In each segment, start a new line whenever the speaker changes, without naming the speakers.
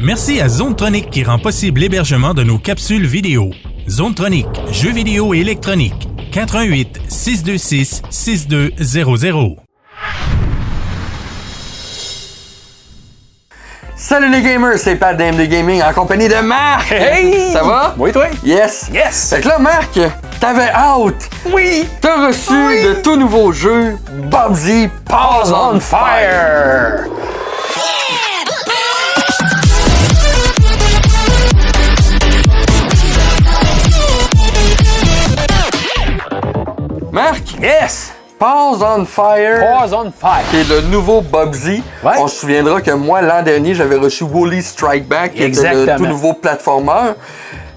Merci à Zone Tronic qui rend possible l'hébergement de nos capsules vidéo. Zone Tronic, jeux vidéo et électronique. 88 626 6200.
Salut les gamers, c'est Pat DM de Gaming en compagnie de Marc!
Hey!
Ça va?
Oui, toi?
Yes!
Yes!
Fait que là, Marc, t'avais hâte!
Oui!
T'as reçu
Oui.
le tout nouveau jeu Bobsy Paws on Fire! Marc,
Yes!
Paws on Fire!
Paws on fire.
qui est le nouveau Bobsy.
Ouais.
On se souviendra que moi, l'an dernier, j'avais reçu Wooly Strike Back, qui était
Exactement.
le tout nouveau platformer.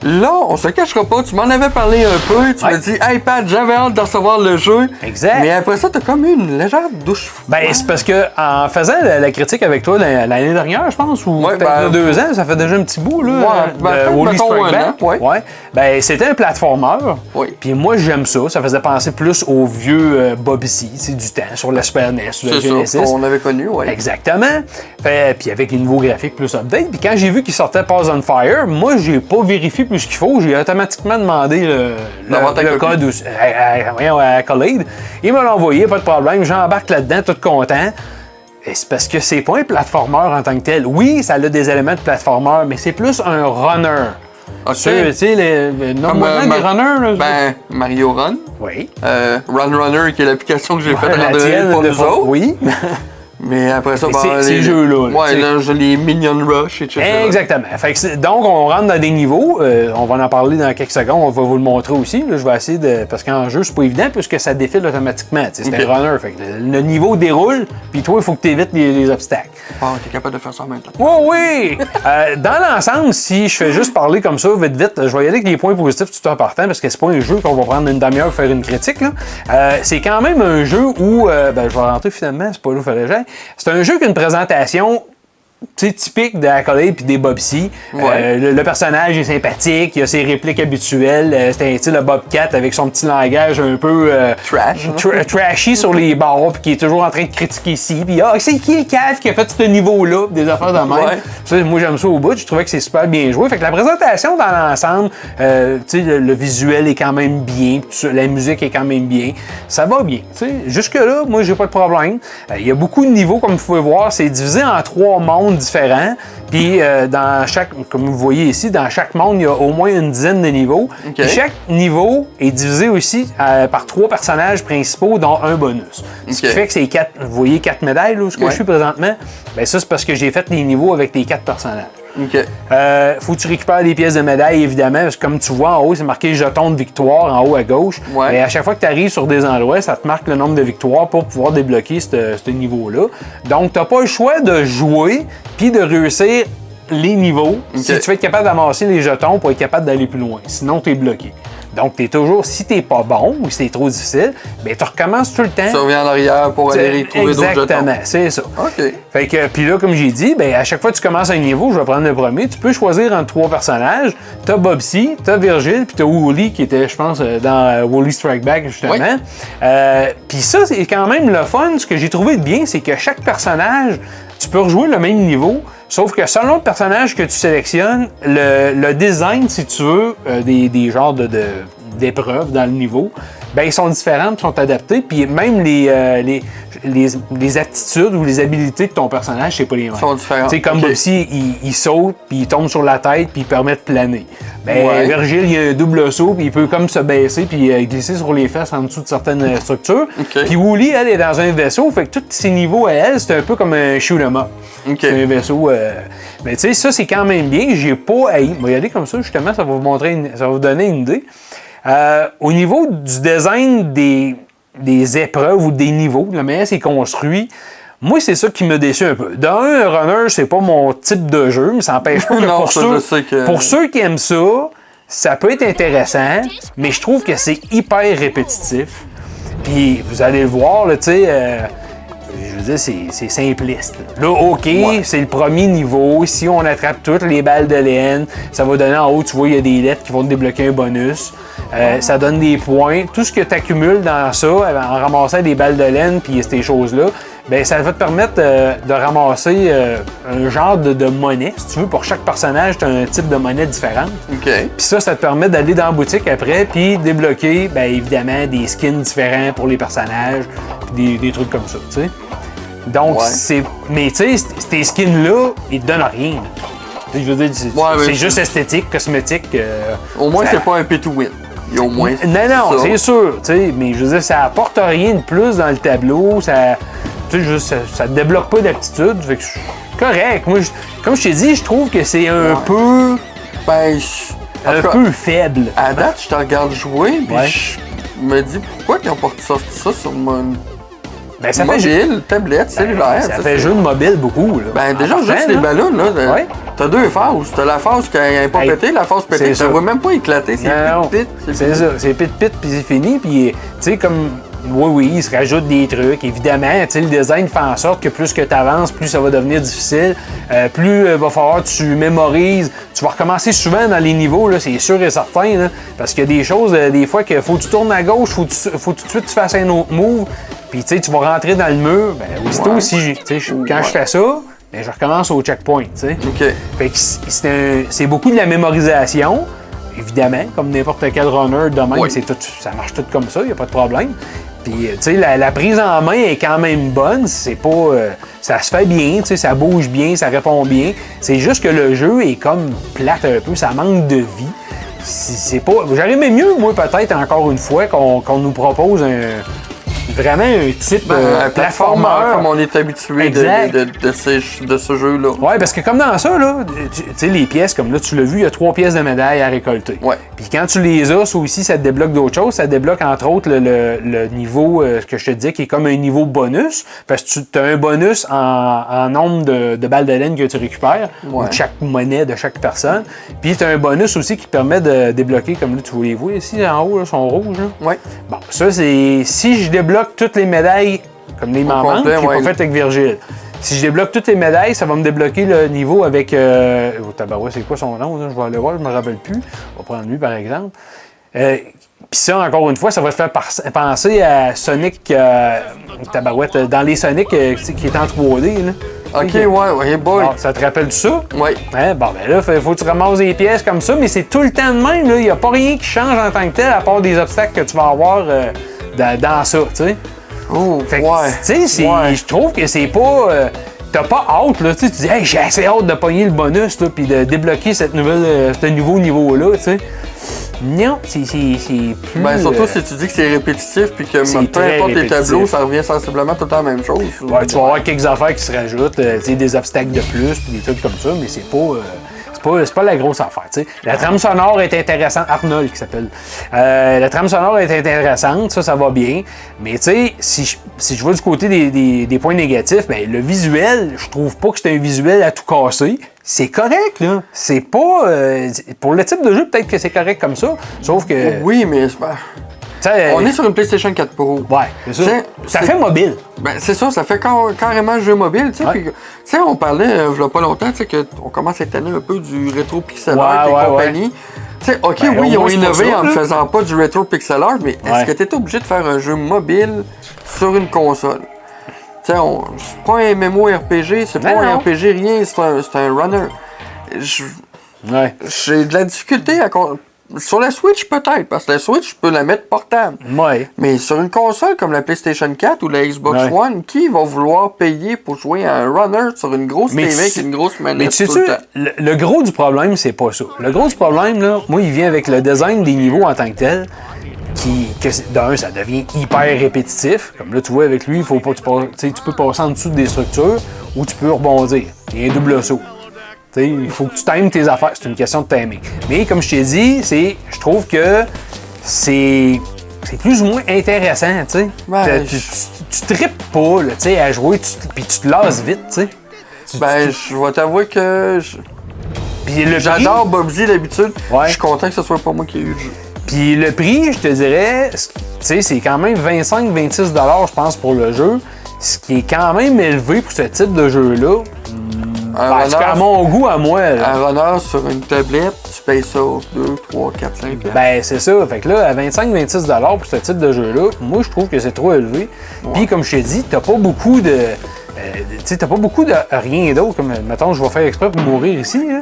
Là, on se cachera pas, tu m'en avais parlé un peu, tu
Ouais.
m'as dit « Hey Pat, j'avais hâte de recevoir le jeu. »
Exact.
Mais après ça, t'as comme eu une légère douche froide.
Ben, c'est parce que en faisant la, la critique avec toi la- l'année dernière, je pense, ou
Ouais,
peut-être
ben,
il y a deux ans, ça fait déjà un petit bout, là. euh,
Ouais, ben, peut-être,
Wall-E
mettons,
Strike
un
Back.
an, ouais.
Ben, c'était un platformer.
Oui.
Puis moi, j'aime ça. Ça faisait penser plus au vieux euh, Bobsy, c'est du temps, sur la Super NES, sur la
C'est
Genesis.
ça, qu'on avait connu, oui.
Exactement. Fait- Puis avec les nouveaux graphiques plus update. Puis quand j'ai vu qu'il sortait Pass on Fire, moi, j'ai pas vérifié plus qu'il faut. J'ai automatiquement demandé le,
L'inventaire
le, le
copie.
code aussi- à, à- voyons, à Accolade. Il me l'a envoyé, pas de problème. J'embarque là-dedans, tout content. Et c'est parce que c'est pas un platformer en tant que tel. Oui, ça a des éléments de platformer, mais c'est plus un runner.
Ok.
Ceux, Tu sais, les- les-
Comme, euh,
normalement, des
Ma-
runners. là,
Ben, Mario Run,
oui.
euh, Run Runner, qui est l'application que j'ai faite
La
l'an dernier
tienne
pour
de-
nous autres.
Oui.
Mais après ça,
Mais
ben,
ces- ces
les-
jeux-là, là,
Ouais,
tu sais.
là, j'ai les Minion Rush, etc.
Exactement. Fait que c'est- donc, on rentre dans des niveaux. Euh, on va en parler dans quelques secondes. On va vous le montrer aussi. Là, je vais essayer de. Parce qu'en jeu, c'est pas évident puisque ça défile automatiquement. tu sais, C'est
Ok.
un runner. Fait que le, le niveau déroule, puis toi, il faut que tu évites les, les obstacles.
Ah, t'es capable de faire ça en même temps.
Oui, oui! Euh, dans l'ensemble, si je fais juste parler comme ça, vite, vite, je vais y aller avec les points positifs tout en partant parce que c'est pas un jeu qu'on va prendre une demi-heure pour faire une critique. là. Euh, c'est quand même un jeu où. euh, ben, je vais rentrer finalement, c'est pas là où fallait que j'aille. C'est un jeu qui a une présentation tu sais, typique de Accolade puis des Bobsy.
Ouais.
Euh, le, le personnage est sympathique, il a ses répliques habituelles. euh, c'est un style de Bobcat avec son petit langage un peu euh,
Trash, hein?
tra- trashy sur les barres, puis qui est toujours en train de critiquer ici. Puis ah, c'est qui le cave qui a fait ce niveau-là, puis des affaires de même.
Ouais.
Ça, moi, j'aime ça au bout. Je trouvais que c'est super bien joué. Fait que la présentation dans l'ensemble, euh, tu sais, le, le visuel est quand même bien. tout ça, La musique est quand même bien. Ça va bien. tu sais. Jusque-là, moi, j'ai pas de problème. Euh, Il y a beaucoup de niveaux, comme vous pouvez voir. C'est divisé en trois mondes différents. Puis, euh, dans chaque, comme vous voyez ici, dans chaque monde, il y a au moins une dizaine de niveaux.
Ok.
Puis chaque niveau est divisé aussi euh, par trois personnages principaux, dont un bonus. Ce qui
Ok.
fait que c'est quatre, vous voyez quatre médailles, là, où ce que
Ouais.
je suis présentement. Ben ça, c'est parce que j'ai fait les niveaux avec les quatre personnages.
Ok.
Euh, faut que tu récupères des pièces de médaille, évidemment, parce que comme tu vois en haut, c'est marqué jeton de victoire en haut à gauche.
Ouais.
Mais à chaque fois que tu arrives sur des endroits, ça te marque le nombre de victoires pour pouvoir débloquer ce ce niveau-là. Donc, tu n'as pas le choix de jouer puis de réussir les niveaux si tu veux être capable d'amasser les jetons pour être capable d'aller plus loin. Sinon, tu es bloqué. Donc, tu es toujours, si tu pas bon ou si c'est trop difficile, ben, tu recommences tout le temps.
Tu reviens en arrière pour aller retrouver d'autres jetons.
Exactement, c'est ça.
OK.
Fait que, puis là, comme j'ai dit, ben, à chaque fois que tu commences un niveau, je vais prendre le premier, tu peux choisir entre trois personnages. T'as Bobsy, t'as Virgil, puis t'as Wooly, qui était, je pense, euh, dans euh, Wooly Strike Back, justement.
Oui.
Euh, puis ça, c'est quand même le fun. Ce que j'ai trouvé de bien, c'est que chaque personnage, tu peux rejouer le même niveau, sauf que selon le personnage que tu sélectionnes, le, le design, si tu veux, euh, des, des genres de- de d'épreuves dans le niveau, ben ils sont différentes, sont adaptés, puis même les, euh, les, les, les aptitudes ou les habilités de ton personnage, c'est pas les mêmes.
Sont différentes.
C'est comme
Ok.
Bobsy, il, il saute, puis il tombe sur la tête, puis il permet de planer. Ben,
Ouais.
Virgile, il a un double saut, puis il peut comme se baisser, puis euh, glisser sur les fesses en dessous de certaines euh, structures.
Ok.
Puis Wooly, elle, est dans un vaisseau, fait que tous ces niveaux à elle, c'est un peu comme un shoot 'em up.
Ok.
C'est un vaisseau. euh, Mais tu sais, ça, c'est quand même bien. J'ai pas haï. Bon, Regardez comme ça, justement, ça va vous montrer, une- ça va vous donner une idée. Euh, au niveau du design des, des épreuves ou des niveaux, de la manière dont c'est construit, moi, c'est ça qui me déçu un peu. Dans un, un runner, c'est pas mon type de jeu, mais ça n'empêche pas que
Non,
pour,
ça,
ceux,
je sais que-
pour ceux qui aiment ça, ça peut être intéressant, mais je trouve que c'est hyper répétitif. Puis vous allez le voir, là, tu sais, euh, je veux dire, c'est c'est simpliste. Là, OK, c'est le premier niveau. Si on attrape toutes les balles de laine, ça va donner en haut, tu vois, il y a des lettres qui vont te débloquer un bonus. Euh, ça donne des points. Tout ce que tu accumules dans ça, euh, en ramassant des balles de laine puis ces choses-là, ben ça va te permettre euh, de ramasser euh, un genre de, de monnaie, si tu veux. Pour chaque personnage, tu as un type de monnaie différente.
OK.
Puis ça, ça te permet d'aller dans la boutique après, puis débloquer, ben évidemment, des skins différents pour les personnages, puis des, des trucs comme ça, tu sais. Donc,
Ouais.
c'est. Mais tu sais, c- ces skins-là, ils te donnent rien. Je veux dire, c'est
Ouais, mais
c'est
c'est-
juste esthétique, cosmétique. euh,
Au moins,
ça-
c'est pas un pay to win. Et au moins.
non, non,
ça.
c'est sûr, tu sais, mais je veux dire, ça apporte rien de plus dans le tableau, ça, tu sais, je veux dire, ça, ça te débloque pas d'aptitude, fait que je suis correct. Moi, je- comme je t'ai dit, je trouve que c'est un
Ouais.
peu,
Ben, je- en
un
tout cas,
peu faible.
à date, je te regarde jouer, puis
Ouais.
je me dis pourquoi ils ont pas sorti ça sur mon
Ben, ça fait, jeu-
mobile, tablette, cellulaire.
ça
ça,
fait
c'est-
jeu de mobile beaucoup, là.
Ben,
En
déjà,
partant,
juste les
là.
ballons, là. t'as-
hein? Ouais.
T'as deux phases. T'as la phase qui n'est pas
Hey,
pétée, la phase
c'est
pétée. Tu
ça.
la vois même pas éclater. C'est
Non, non,
pit, pit,
Ah, C'est
pit.
ça, c'est pit-pit, puis c'est fini, puis, euh, tu sais, comme, oui, oui, il se rajoute des trucs, évidemment, tu sais, le design fait en sorte que plus que tu avances, plus ça va devenir difficile, euh, plus il va falloir que tu mémorises, tu vas recommencer souvent dans les niveaux, là, c'est sûr et certain, là, parce qu'il y a des choses, euh, des fois, que faut que tu tournes à gauche, faut, que tu- faut tout de suite que tu fasses un autre move, puis, tu sais, tu vas rentrer dans le mur, ben, aussitôt,
Ouais.
si, j'ai- tu sais, je- quand
Ouais.
je fais ça, ben, je recommence au checkpoint, tu sais.
OK.
Fait que c- c'est un- c'est beaucoup de la mémorisation, évidemment, comme n'importe quel runner de même,
Oui.
c'est tout, ça marche tout comme ça, il n'y a pas de problème. Puis, euh, tu sais, la, la prise en main est quand même bonne, c'est pas... euh, ça se fait bien, tu sais, ça bouge bien, ça répond bien. C'est juste que le jeu est comme plate un peu, ça manque de vie. C'est c'est pas... J'aurais aimé mieux, moi, peut-être, encore une fois, qu'on qu'on nous propose un... Vraiment un type euh,
Ben, un
platformer.
platformer, comme on est habitué de,
Exact.
de, de, de ces- de ce jeu-là.
Ouais, parce que comme dans ça, là, tu tu sais, les pièces, comme là, tu l'as vu, il y a trois pièces de médaille à récolter.
Ouais.
Puis quand tu les as, ça aussi, ça te débloque d'autres choses. Ça te débloque, entre autres, le, le- le niveau euh, que je te dis, qui est comme un niveau bonus, parce que tu as un bonus en, en nombre de, de balles de laine que tu récupères, ou
Ouais.
de chaque monnaie de chaque personne. Puis tu as un bonus aussi qui te permet de débloquer, comme là, tu vous les vois ici en haut, là, sont rouges. là.
Ouais.
Bon, ça, c'est. Si je débloque toutes les médailles, comme les m'en manque,
complet,
j'ai
ouais.
pas fait avec Virgile. Si je débloque toutes les médailles, ça va me débloquer le niveau avec. Euh... oh, tabarouette, c'est quoi son nom? là? Je vais aller voir, je me rappelle plus. On va prendre lui, par exemple. Euh, Puis ça, encore une fois, ça va te faire pars- penser à Sonic. euh, Tabarouette, euh, dans les Sonic euh, tu sais, qui est en 3D. Là.
OK, ouais, ouais, hey boy.
Bon, ça te rappelle de ça?
Ouais.
Hein, bon, ben là, faut, faut que tu ramasses des pièces comme ça, mais c'est tout le temps de même. Il n'y a pas rien qui change en tant que tel, à part des obstacles que tu vas avoir euh, dans, dans ça, tu sais.
Oh,
Fait que,
ouais.
tu sais, c'est-
Ouais.
je trouve que c'est pas... euh, T'as pas hâte, là, tu sais, tu dis, hey, j'ai assez hâte de pogner le bonus, là, puis de débloquer cette nouvelle, euh, ce nouveau niveau-là, tu sais. Non, c'est c'est- c'est plus...
Ben, surtout
euh,
si tu dis que c'est répétitif puis que
c'est
peu
très
importe les
répétitif.
tableaux, ça revient sensiblement tout le temps à la même chose.
Ouais, tu vas avoir quelques affaires qui se rajoutent, euh, tu sais, des obstacles de plus, puis des trucs comme ça, mais c'est pas, euh, c'est pas, c'est pas la grosse affaire. tu sais. La trame sonore est intéressante, Arnold qui s'appelle. Euh, la trame sonore est intéressante, ça, ça va bien. Mais tu sais, si je, si je vois du côté des, des- des points négatifs, ben, le visuel, je trouve pas que c'est un visuel à tout casser. C'est correct, là. C'est pas. euh, pour le type de jeu, peut-être que c'est correct comme ça. Sauf que.
Oui, mais c'est pas-
tu sais,
on est sur une PlayStation 4 Pro.
Ouais, c'est ça.
C'est-
Ça
c'est-
fait mobile.
Ben, c'est ça, ça fait car- carrément jeu mobile, tu sais.
Ouais.
puis que- Tu sais, on parlait, euh, il y a pas longtemps, tu sais, qu'on commence à étaler un peu du rétro pixel art
Ouais,
et
ouais,
compagnie. Tu sais, ok,
Ben, au
oui, ils
moins,
ont
c'est pas
innové
ça,
en ne
là.
faisant pas du rétro pixel art, mais
Ouais.
est-ce que tu étais obligé de faire un jeu mobile sur une console? Tu sais, on- c'est pas un MMORPG, c'est pas
Non,
un
non.
RPG, rien, c'est un, c'est un runner. Je-
Ouais.
J'ai de la difficulté à. con- Sur la Switch, peut-être, parce que la Switch, je peux la mettre portable.
Ouais.
Mais sur une console comme la PlayStation 4 ou la Xbox
Ouais.
One, qui va vouloir payer pour jouer à un runner sur une grosse
Mais
TV
tu-
avec une grosse manette
Mais tu
tout le
sais-tu,
temps?
le, le gros du problème, c'est pas ça. Le gros du problème, là, moi, il vient avec le design des niveaux en tant que tel. Qui, que c'est- d'un, ça devient hyper répétitif. Comme là, tu vois, avec lui, il faut pas, que tu, passes- tu sais, tu peux passer en dessous des structures ou tu peux rebondir. Il y a un double saut. Tu sais, il faut que tu times tes affaires. C'est une question de timing. Mais comme je t'ai dit, c'est, je trouve que c'est, c'est plus ou moins intéressant. Tu sais.
Ouais,
Tu- tu, tu, tu tripes pas là, tu sais, à jouer, tu- puis tu te lasses vite. tu sais. Tu-
Ben,
tu-
je vais t'avouer que je-
puis le prix-
j'adore Bobsy d'habitude.
Ouais.
Je suis content que ce soit pas moi qui ai eu le jeu.
Puis le prix, je te dirais, c- tu sais, c'est quand même 25-26 dollars, je pense, pour le jeu, ce qui est quand même élevé pour ce type de jeu-là.
Un
Ben, en tout cas, à
runner,
mon goût, à moi. là.
un runner sur une tablette, tu payes ça 2, 3, 4, 5
Ben, c'est ça. Fait que là, à 25-26 pour ce type de jeu-là, moi, je trouve que c'est trop élevé. Puis, comme je t'ai dit, t'as pas beaucoup de. euh, de- tu sais, t'as pas beaucoup de rien d'autre. Comme, mettons, je vais faire exprès pour mourir ici. hein.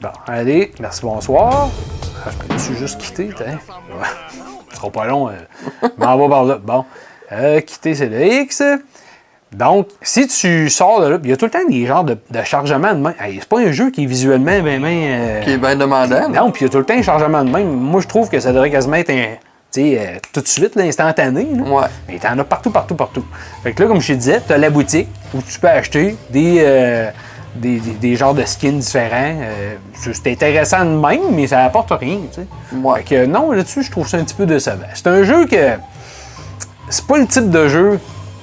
Bon, allez, merci, bonsoir. Ah, je peux-tu juste quitter, t'as? Ouais. Ce sera pas long. hein. Je M'en va par là. Bon. Euh, quitter, c'est le X. Donc, si tu sors de là, il y a tout le temps des genres de, de chargements de main. Hey, c'est pas un jeu qui est visuellement ben, ben, euh,
qui est bien demandant. là.
Ben non, puis il y a tout le temps un chargement de même. Moi, je trouve que ça devrait quasiment être un, tu sais, euh, tout de suite, là, instantané. là.
Ouais.
Mais t'en as partout, partout, partout. Fait que là, comme je te disais, t'as la boutique où tu peux acheter des, euh, des, des- des genres de skins différents. Euh, c'est c'est intéressant de même, mais ça apporte rien, tu sais.
Ouais.
Fait que euh, non, là-dessus, je trouve ça un petit peu décevant. C'est un jeu que... C'est pas le type de jeu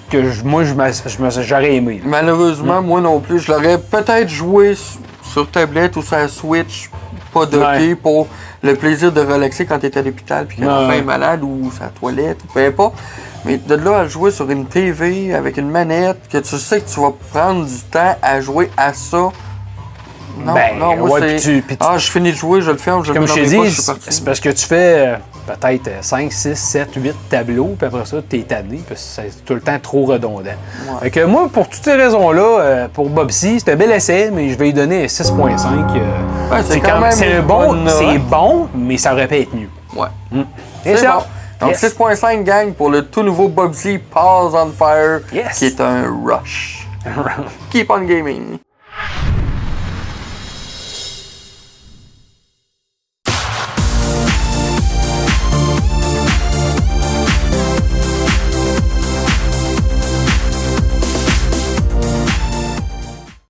que je- moi, je m'ass- je m'ass- j'aurais aimé. là.
Malheureusement, moi non plus, je l'aurais peut-être joué s- sur tablette ou sur la Switch, pas docké,
Ouais.
pour le plaisir de relaxer quand t'es à l'hôpital puis que
Ouais,
l'enfant
ouais.
est malade ou sa toilette ou peu importe. Mais de là à le jouer sur une TV avec une manette, que tu sais que tu vas prendre du temps à jouer à ça. Non,
Ben,
non, moi
ouais, puis
c'est.
tu- puis tu-
Ah, je finis de jouer, je le ferme, je le
Comme
mets
je
dans
t'ai
mes poches,
dit,
je suis parti.
c'est parce que tu fais euh, peut-être euh, 5, 6, 7, 8 tableaux, puis après ça, t'es tanné, parce que c'est tout le temps trop redondant. Fait que moi, pour toutes ces raisons-là, euh, pour Bobsy, c'est un bel essai, mais je vais lui donner 6.5. euh,
Ouais, c'est quand même
c'est
une
bon,
bonne note.
c'est bon, mais ça aurait pu être mieux.
Ouais.
Et
C'est
ça.
bon. Donc
Yes.
6.5 gang pour le tout nouveau Bubsy Pause on Fire,
Yes.
qui est un rush. Keep on gaming.